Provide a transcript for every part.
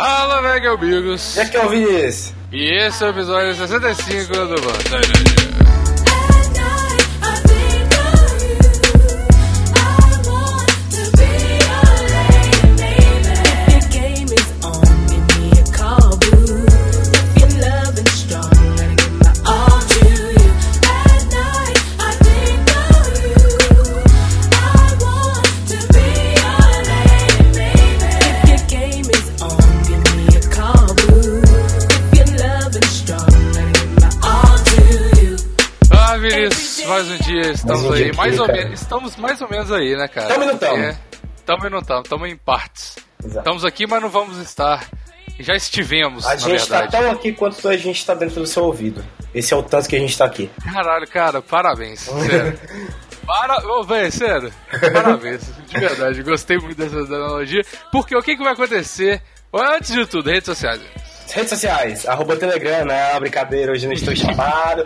Fala, velho amigos! E aqui é o Vinícius. E esse é o episódio 65 do Banda. né? At night, I think of you. I want to be your lady, If your game is on, give me a call, boo. If your love is strong, gotta give my all to you. At night, I think of you. I want to be your lady, If your game is on, give me a call, boo. If your love is strong, gotta give my all to you. Ah, Vinícius, mais um dia estamos Mais um dia aí, aqui, mais ou cara. menos. Estamos mais ou menos aí, né, cara? Tamo e não tamo. É, Tamo e não tamo, tamo em partes. Exato. Estamos aqui, mas não vamos estar. Já estivemos, A na gente tá verdade. tão aqui quanto a gente tá dentro do seu ouvido. Esse é o tanto que a gente tá aqui. Caralho, cara, parabéns, sério. Para... Ô, velho, sério, parabéns, de verdade, gostei muito dessa analogia, porque o que, que vai acontecer, antes de tudo, redes sociais, Redes sociais, arroba Telegram, né? Brincadeira, hoje não estou chamado.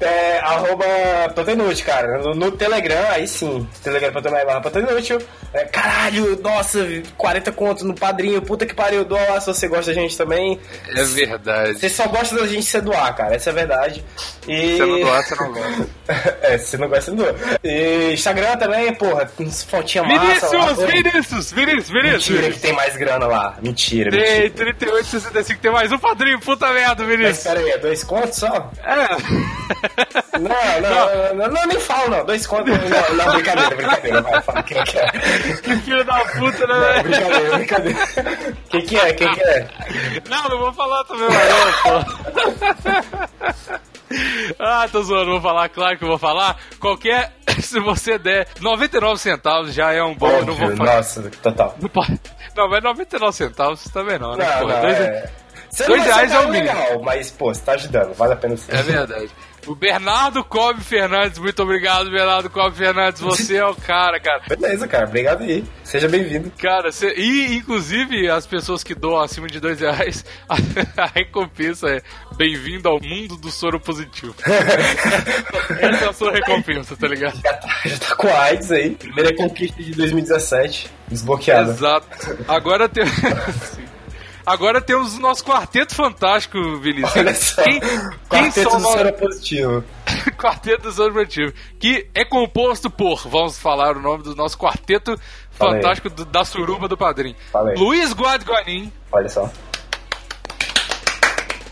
É, arroba Pantanute, cara. No, no Telegram, aí sim. Telegram.me barra Pantanútil. É, caralho, nossa, 40 conto no padrinho. Puta que pariu, doa lá se você gosta da gente também. é verdade, Você só gosta da gente se doar, cara. Essa é a verdade. E... se não doar, você não gosta. é, se não gosta, não doa. E Instagram também, porra. Faltinha massa. lá, Vinícius, porra. Vinícius, Vinícius, Mentira Vinícius. que tem mais grana lá. Mentira, Tem mentira. 38, 65, tem mais um padrinho, puta merda, Mas Vinícius. pera aí, é dois contos só? É. Não, não, não, não, não, nem falo, não. Dois contos. Não, não, brincadeira, brincadeira. Vai, fala quem que é. Que filho da puta, né, Não, velho? brincadeira, brincadeira. Quem que é? Quem que é? Não, não vou falar também, mas não, pô. Ah, tô zoando, vou falar, claro que eu vou falar. Qualquer, se você der 99 centavos já é um bom, eu não vou Óbvio, falar. Nossa, total. Não, pode- não, mas 99 centavos também não, né? Não, pô? não, Dois- é... Você dois vai reais ser é o mínimo. legal, mas, pô, você tá ajudando, vale a pena sim. É verdade. O Bernardo Cobb Fernandes, muito obrigado, Bernardo Cobb Fernandes. Você é o cara, cara. Beleza, cara, obrigado aí. Seja bem-vindo. Cara, cê- e inclusive as pessoas que doam acima de dois reais, a, a recompensa é bem-vindo ao mundo do soro positivo. Essa é a sua recompensa, tá ligado? Já tá, já tá com AIDS aí. Primeira conquista de 2017. Desbloqueada. Exato. Agora tem. Sim. Agora temos o nosso quarteto fantástico, Vinícius. Olha só. Quem, quem são Quarteto do é nós- Seropositivo. Quarteto do Soro Positivo, que é composto por, vamos falar o nome do nosso quarteto Fala aí. fantástico do- da suruba do padrinho. Fala aí. Luiz Guadguanin, Olha só,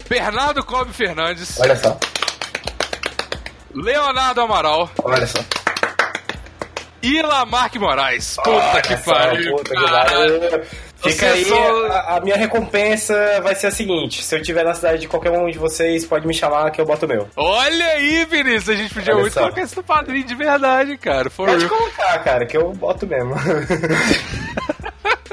Bernardo Cobb Fernandes, olha só, Leonardo Amaral olha só. e Lamarck Moraes. Puta Olha que só, pariu, puta que cara. pariu. Você é Fica aí, só- a, a minha recompensa vai ser a seguinte: se eu estiver na cidade de qualquer um de vocês, pode me chamar que eu boto o meu. Olha aí, Vinícius, a gente podia Olha muito só. colocar isso no padrinho de verdade, cara. For Pode real. colocar, cara, que eu boto mesmo.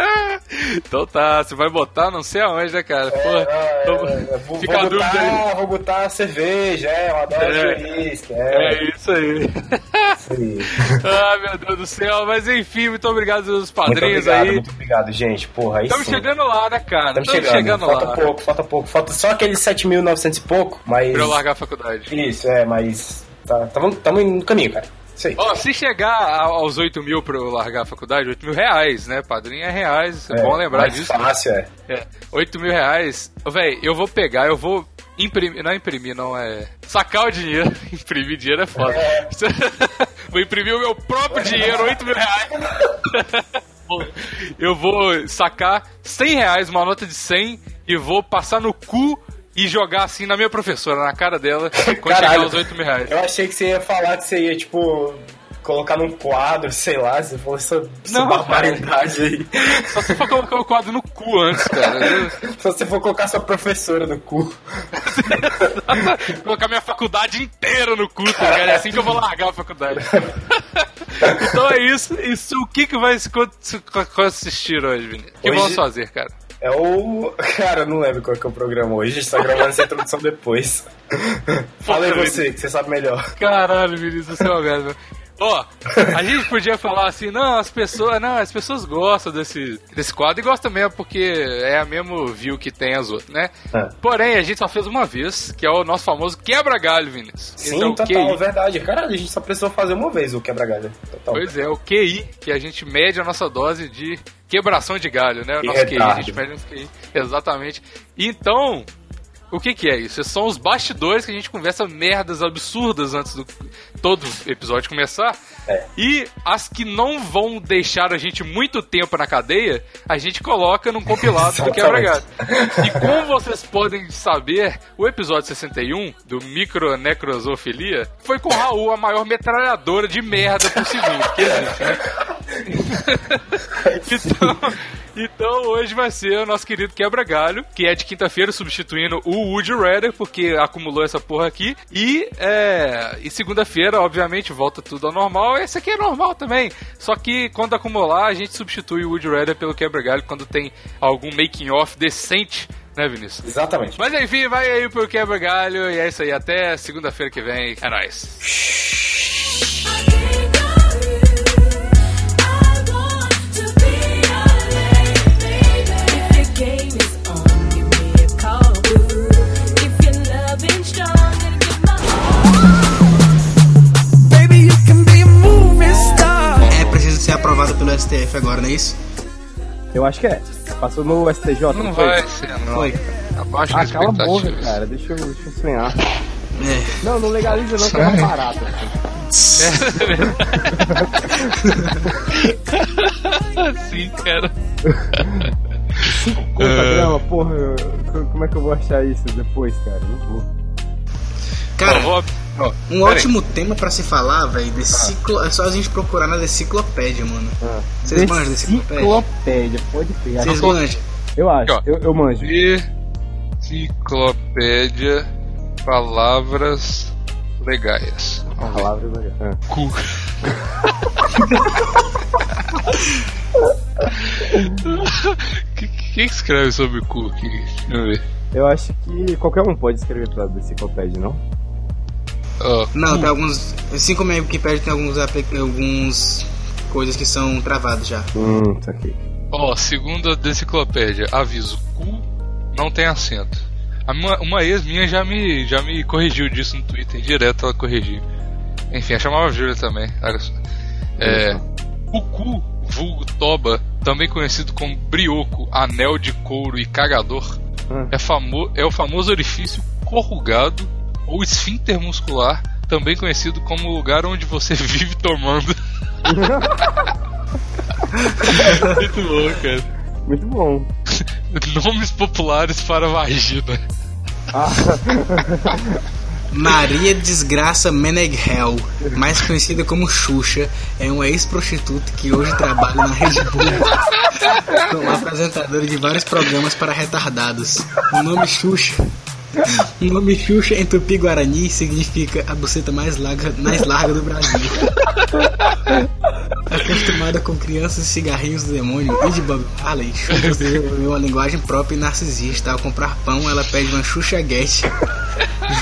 Então tá, você vai botar não sei aonde, né, cara? Porra, É, então- é, é, vou, fica a vou dúvida aí. botar, vou botar cerveja, é, eu adoro É. churisco, É é, isso aí. isso aí. ah, meu Deus do céu. Mas enfim, muito obrigado aos Muito padrinhos obrigado, aí. muito obrigado, gente. Porra, aí Estamos sim. chegando lá, né, cara? Estamos Estamos chegando, chegando, falta lá. né? pouco, falta pouco, falta só aqueles 7.900 e pouco, mas. Pra eu largar a faculdade. Isso, é, mas. Tá, tamo, tamo no caminho, cara. Isso aí. Ó, se chegar a- aos 8 mil pra eu largar a faculdade, 8 mil reais, né? Padrinho é reais, é, É, bom lembrar mais disso. fácil, é. É, 8 mil reais, Ô, véi, eu vou pegar, eu vou imprimir, não imprimir, não é. Sacar o dinheiro, imprimir dinheiro é foda. vou imprimir o meu próprio dinheiro, 8 mil reais. Bom, eu vou sacar 100 reais, uma nota de 100, e vou passar no cu e jogar assim na minha professora, na cara dela, quando chegar Caralho. aos 8 mil reais. Eu achei que você ia falar que você ia, tipo, colocar num quadro, sei lá, você falou essa, essa Não, barbaridade aí. Só se for colocar o quadro no cu antes, cara. Eu- Se você for colocar sua professora no cu. colocar minha faculdade inteira no cu, tá ligado? É assim que eu vou largar a faculdade. então é isso. isso o que, que vai se con- se co- consistir hoje, Vinícius? O que Hoje- vamos fazer, cara? É o. Cara, eu não lembro qual que é o programa hoje, a gente tá gravando essa introdução depois. Fala aí Puta você, que você sabe melhor. Caralho, Vinícius, você é uma merda. Ó, a gente podia falar assim, não, as pessoas, não, as pessoas gostam desse, desse quadro e gostam mesmo porque é a mesmo view que tem as outras, né? É. Porém, a gente só fez uma vez, que é o nosso famoso quebra-galho, Vinícius. Esse Sim, é o total, QI. verdade. Caralho, a gente só precisou fazer uma vez o quebra-galho. Total. Pois é, o QI, que a gente mede a nossa dose de quebração de galho, né? O Que nosso QI, a gente retardo. pede um QI. Exatamente. Então, o que que é isso? São os bastidores que a gente conversa merdas absurdas antes do todo episódio começar. É. E as que não vão deixar a gente muito tempo na cadeia, a gente coloca num compilado do quebra-galho. E como vocês podem saber, o episódio 61 do Micronecrosofilia foi com o Raul, a maior metralhadora de merda possível que existe, né? Então, então hoje vai ser o nosso querido quebra-galho, que é de quinta-feira, substituindo o Woody Redder, porque acumulou essa porra aqui. E, é, e segunda-feira, obviamente, volta tudo ao normal. Esse aqui é normal também. Só que quando acumular, a gente substitui o Woody Redder pelo quebra-galho quando tem algum making-off decente, né, Vinícius? Exatamente. Mas enfim, vai aí pro quebra-galho e é isso aí. Até segunda-feira que vem. É nóis. I think of you. I want to be your lady, baby. If the game is on, give me a call. If your loving strong, then give my Baby, you can be a movie star. É preciso ser aprovado pelo STF agora, não é isso? Eu acho que é. Passou no STJ, não, Não foi? vai ser, não. Foi. Abaixo Ah, das cala a boca, expectativas. cara. Deixa eu, deixa eu sonhar. É. Não, não legaliza não, que é uma parada. Sim, cara. É. Contagrama, porra. eu- co- Como é que eu vou achar isso depois, cara? Não vou. Cara, Ó, vou- ó, um pera aí. ótimo tema pra se falar, velho, deciclo... é só a gente procurar na deciclopédia, mano. Vocês manjam deciclopédia? Enciclopédia, pode pegar. Vocês manjam? Eu acho, Aqui, eu, eu manjo. Enciclopédia Palavras Legais. Palavras legais. Cu. que, que escreve sobre cu aqui? Deixa eu ver. Eu acho que qualquer um pode escrever pra enciclopédia, não? Ó, Não, tem alguns. Assim como a Wikipedia tem alguns, apli- alguns coisas que são travadas já. Hum, tá aqui. Ó, segundo a deciclopédia, aviso, cu não tem acento. A minha- uma ex minha já me, já me corrigiu disso no Twitter, direto ela corrigiu. Enfim, ela chamava Júlia também, olha só. É, o cu, vulgo toba, também conhecido como brioco, anel de couro e cagador, Ah. é, famo é o famoso orifício corrugado ou esfíncter muscular, também conhecido como o lugar onde você vive tomando. Muito bom, cara. Muito bom. Nomes populares para vagina. Maria Desgraça Meneghel, mais conhecida como Xuxa, é uma ex-prostituta que hoje trabalha na Rede Bull como apresentadora um de vários programas para retardados. O nome Xuxa. O nome Xuxa em Tupi-Guarani significa a buceta mais larga, mais larga do Brasil. Acostumada com crianças e cigarrinhos do demônio e de Bob Marley, Xuxa desenvolveu uma linguagem própria e narcisista. Ao comprar pão, ela pede uma Xuxa Get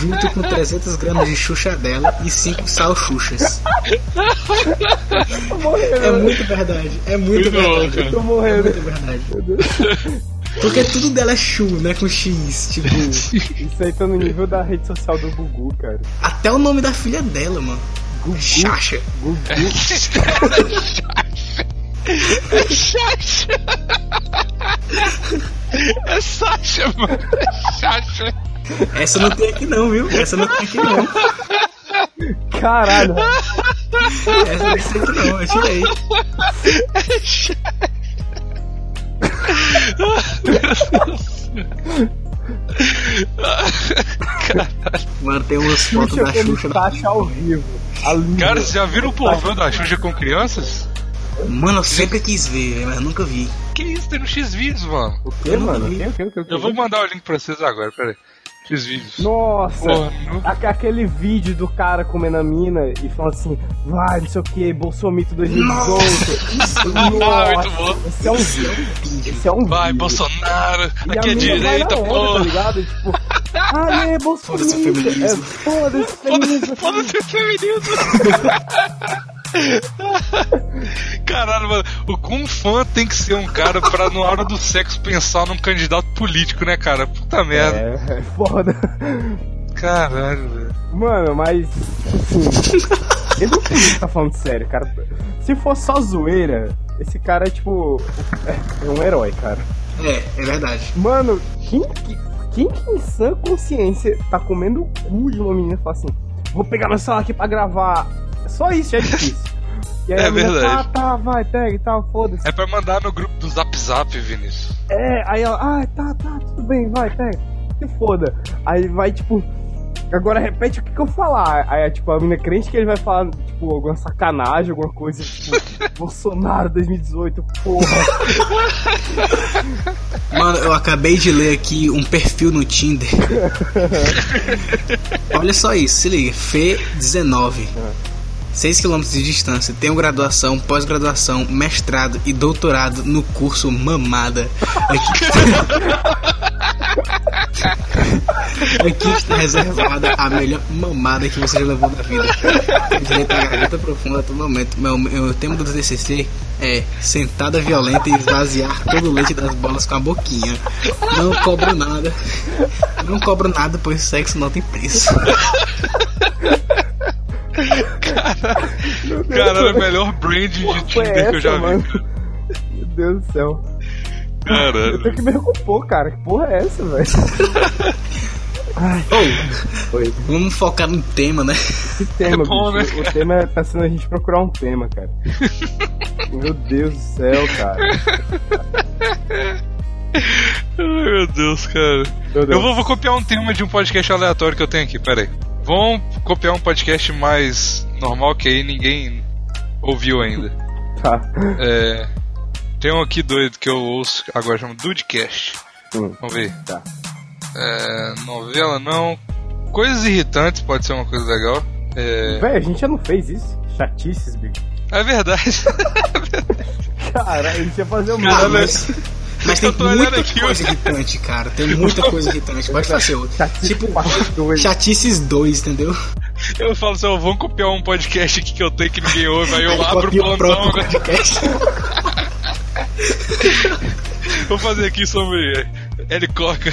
junto com 300 gramas de Xuxa dela e 5 salchuchas. É muito verdade, é muito, verdade. cara. Tô É morrendo. muito verdade. Porque tudo dela é chu, né? Com X. Tipo, Isso aí tá no nível da rede social do Gugu, cara. até o nome da filha dela, mano. Xaxa. Gugu. Chacha! É Sasha, mano. É Chacha. Essa não tem aqui não, viu? Essa não tem aqui não. Caralho. Essa não tem aqui não, eu tirei. Mano, tem umas fotos Xuxa da como Xuxa. né? na- taxa ao vivo. A linda. Cara, vocês já viram o povão da Xuxa com crianças? Mano, eu sempre quis ver, velho, mas nunca vi. Que isso, tem no X-Vídeos, mano. O que, mano? O quê? O quê? O quê? O quê? Eu vou mandar o link pra vocês agora, peraí. X-Vídeos. Nossa! Porno. Aque- Aquele vídeo do cara comendo a mina e falando assim, vai, não sei o que, Bolsomito 2018. Ah, Muito bom. Esse é um vídeo. Esse é um Vai, vídeo. Bolsonaro! E Aqui é mina vai na direita, onda, porra! Tá ligado? Tipo, aê, Bolsonaro. é Foda-se o feminismo. Foda-se, feminismo. Foda-se o feminismo! Caralho, mano, o quão fã tem que ser um cara pra, na hora do sexo, pensar num candidato político, né, cara? Puta merda. É, é foda. Caralho, velho. Mano, mas, assim, Eu não sei se ele tá falando sério, cara. Se for só zoeira, esse cara é tipo. É, é um herói, cara. É, é verdade. Mano, quem que, quem que em sã consciência tá comendo o cu de uma menina e fala assim: vou pegar meu celular aqui pra gravar. Só isso já é difícil. E aí É a menina, verdade. Tá, tá, vai, pega e tal, foda-se. É pra mandar no grupo do Zap Zap, Vinícius. É, aí ela, ah, tá, tá, tudo bem, vai, pega. Se foda. Aí vai, tipo, agora repete o que, que eu falar. Aí, tipo, a menina crente que ele vai falar, tipo, alguma sacanagem, alguma coisa, tipo, Bolsonaro 2018, porra. Mano, eu acabei de ler aqui um perfil no Tinder. Olha só isso, se liga. Fê19. 6 km de distância, tenho graduação, pós-graduação, mestrado e doutorado no curso Mamada. Aqui, Aqui está reservada a melhor mamada que você já levou na vida. Tem Direito à garganta profunda a todo momento. Meu, meu tema do TCC é sentada violenta e esvaziar todo o leite das bolas com a boquinha. Não cobro nada. Não cobro nada, pois sexo não tem preço. Cara, é o melhor branding de Foi Tinder que eu essa, já mano. vi. Meu Deus do céu. Eu Cara, tenho que me ocupar, cara. Que porra é essa, velho? Vamos focar no tema, né? Que tema, bom, bicho. né, O tema tá sendo a gente procurar um tema, cara. Meu Deus do céu, cara. ai meu Deus, cara. Meu Deus. Eu vou, vou copiar um tema de um podcast aleatório que eu tenho aqui, peraí. Vamos copiar um podcast mais normal que aí ninguém ouviu ainda. Tá. É. Tem um aqui doido que eu ouço agora, chama Dudecast. Hum. Vamos ver. Tá. É, novela não. Coisas irritantes pode ser uma coisa legal. É, Véi, a gente já não fez isso. Chatices, bicho. é verdade. Caralho, a gente ia fazer o Cara, mesmo. mas- Ah, mas, mas tem eu tô olhando muita aqui, coisa irritante, cara. Tem muita coisa irritante. Pode fazer outra. Tá. Tipo, parte 2. Chatices 2, entendeu? Eu falo assim, ó, vamos copiar um podcast aqui que eu tenho que ninguém ouve, aí eu abro o Copia o plantão próprio agora. podcast. Vou fazer aqui sobre Helicoca.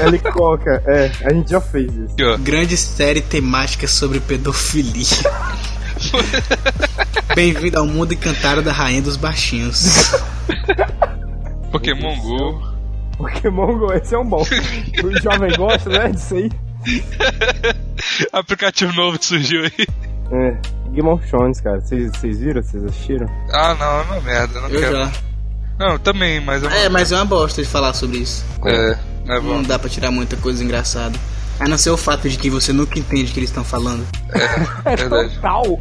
Helicoca, é, a gente já fez isso. Aqui, ó. Grande série temática sobre pedofilia. Bem-vindo ao mundo encantado da rainha dos baixinhos. Pokémon Go. Pokémon Go, esse é um bom. O jovem gosta, né? Disso aí. Aplicativo novo que surgiu aí. É. Game of Thrones, cara. Vocês vocês viram? Vocês assistiram? Ah, não, é uma merda, não Eu quero. já. Não, também, mas eu... É, Hum. mas é uma bosta de falar sobre isso. É, não é Não bom. dá pra tirar muita coisa engraçada. A não ser o fato de que você nunca entende o que eles estão falando. É Verdade. total.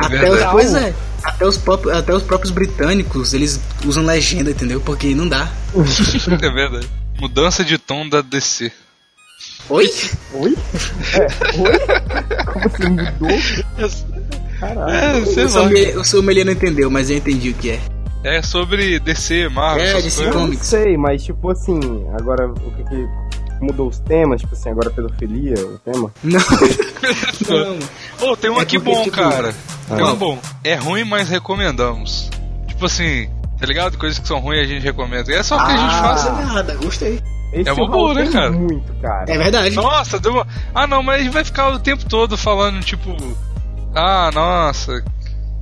Até os, Verdade. pois é, até os, próprios, até os próprios britânicos, eles usam legenda, entendeu? Porque não dá. É verdade. Mudança de tom da DC. Oi? Oi? É, oi? Como assim mudou? É, sei o, lá. sommelier, o sommelier não entendeu, mas eu entendi o que é. É sobre DC, Marvel, É, essas DC coisas. Comics. Eu não sei, mas tipo assim, agora o que que mudou os temas? Tipo assim, agora pedofilia, o tema? Não. Ô, tem um É aqui porque, bom, tipo, cara. Tem qual? um bom. É ruim, mas recomendamos. Tipo assim, tá ligado? Coisas que são ruins a gente recomenda. E é só o que a Ah. gente faz. nada, gostei. Esse É uma Raul boa, né, tem cara? muito, cara. É verdade. Nossa, deu uma... Ah, não, mas vai ficar o tempo todo falando, tipo... Ah, nossa,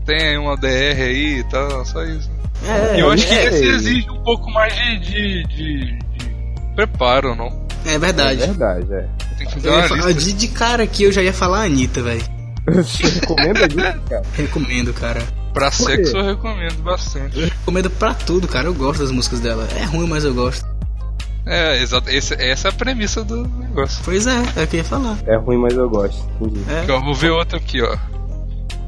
tem aí uma DR aí e tal, só isso. É, Eu acho que é, esse exige um pouco mais de... de, de, de preparo, não? é É verdade. verdade, é. Tem que Eu ia fazer uma falar- lista. de, de cara aqui eu já ia falar a Anitta, velho. Você recomenda isso, cara? Recomendo, cara. Pra quê? sexo eu recomendo bastante. Eu recomendo pra tudo, cara. Eu gosto das músicas dela. É ruim, mas eu gosto. É, exato. Esse- essa é a premissa do negócio. Pois é, é o que eu ia falar. É ruim, mas eu gosto. Entendi. É. Aqui, ó, Então, vou ver outro aqui, ó.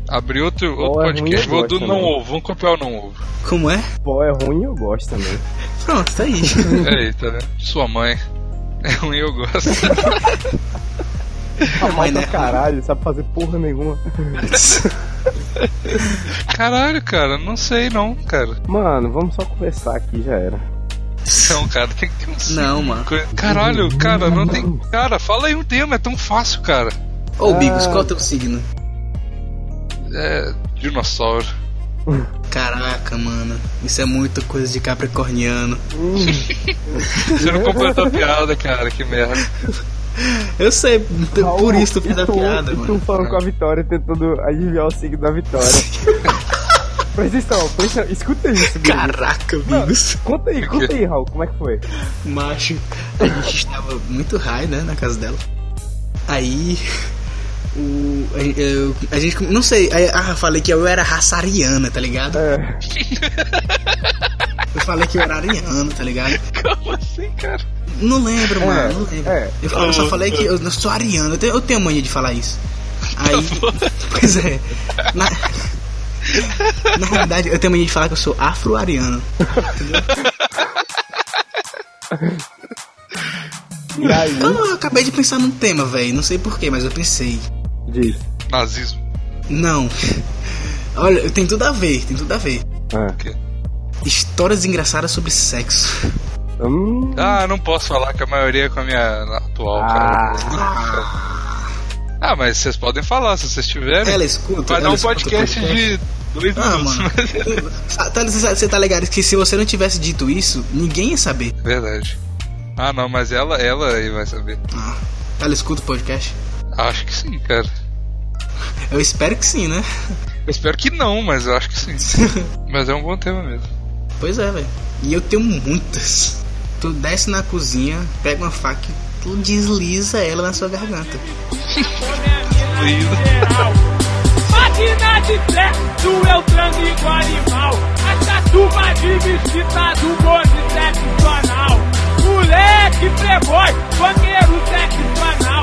Abri outro, outro Ou é podcast. ruim Vou ou do gosta, não né? ovo. Vamos copiar o não ovo. Como é? Pô, é ruim eu gosto também. Pronto, tá aí. Peraí, tá vendo? Sua mãe. É ruim, eu gosto. Ah, mãe, mas né? pra caralho, sabe fazer porra nenhuma. Caralho, cara, não sei não, cara. Mano, vamos só conversar aqui, já era. Não, cara, tem que ter um Não, mano. coisa- Caralho, cara, não tem. Cara, fala aí um tema, é tão fácil, cara. Ô, Ah. Bigos, qual é o teu signo? É. Dinossauro. Caraca, mano. Isso é muita coisa de capricorniano. Você não completou a piada, cara, que merda. Eu sei, t- É por isso tu fez a tu, piada, e tu mano. falando com a Vitória, tentando adivinhar o signo da Vitória. presta atenção, presta, escuta isso, Bruno. Caraca, amigos. Conta aí, conta aí, Raul, como é que foi? Macho, a gente estava muito high, né, na casa dela. Aí. O, a, eu- a gente. Não sei, aí- ah, falei que eu era raça ariana, tá ligado? É. Eu falei que eu era ariano, tá ligado? Como assim, cara? Não lembro, mano, não lembro. é. Eu, fal- eu só falei que eu, eu sou ariano, eu tenho, eu tenho mania de falar isso. Aí. pois é. Na, na realidade, eu tenho mania de falar que eu sou afro-ariano. E aí, Então, Eu, eu acabei de pensar num tema, velho. Não sei porquê, mas eu pensei. diz. Nazismo. Não. Olha, tem tudo a ver, tem tudo a ver. Ah. Histórias engraçadas sobre sexo. Hum, Ah, não posso falar que a maioria é com a minha atual, Ah. cara. Ah, mas vocês podem falar se vocês tiverem. Ela escuta. Vai dar ela um escuta o podcast de dois Ah, minutos. mano. Sa- tá- Você você tá ligado que se você não tivesse dito isso, ninguém ia saber. Verdade. Ah, não, mas ela, ela aí vai saber. Ah, ela escuta o podcast? Acho que sim, cara. Eu espero que sim, né? Eu espero que não, mas eu acho que sim. mas é um bom tema mesmo. Pois é, velho. E eu tenho muitas. Tu desce na cozinha, pega uma faca e tu desliza ela na sua garganta. Máquina de sexo, é eu transmigo animal. A tatuva de mesquita do bonde sexo anal. Moleque, playboy, banheiro sexo anal. é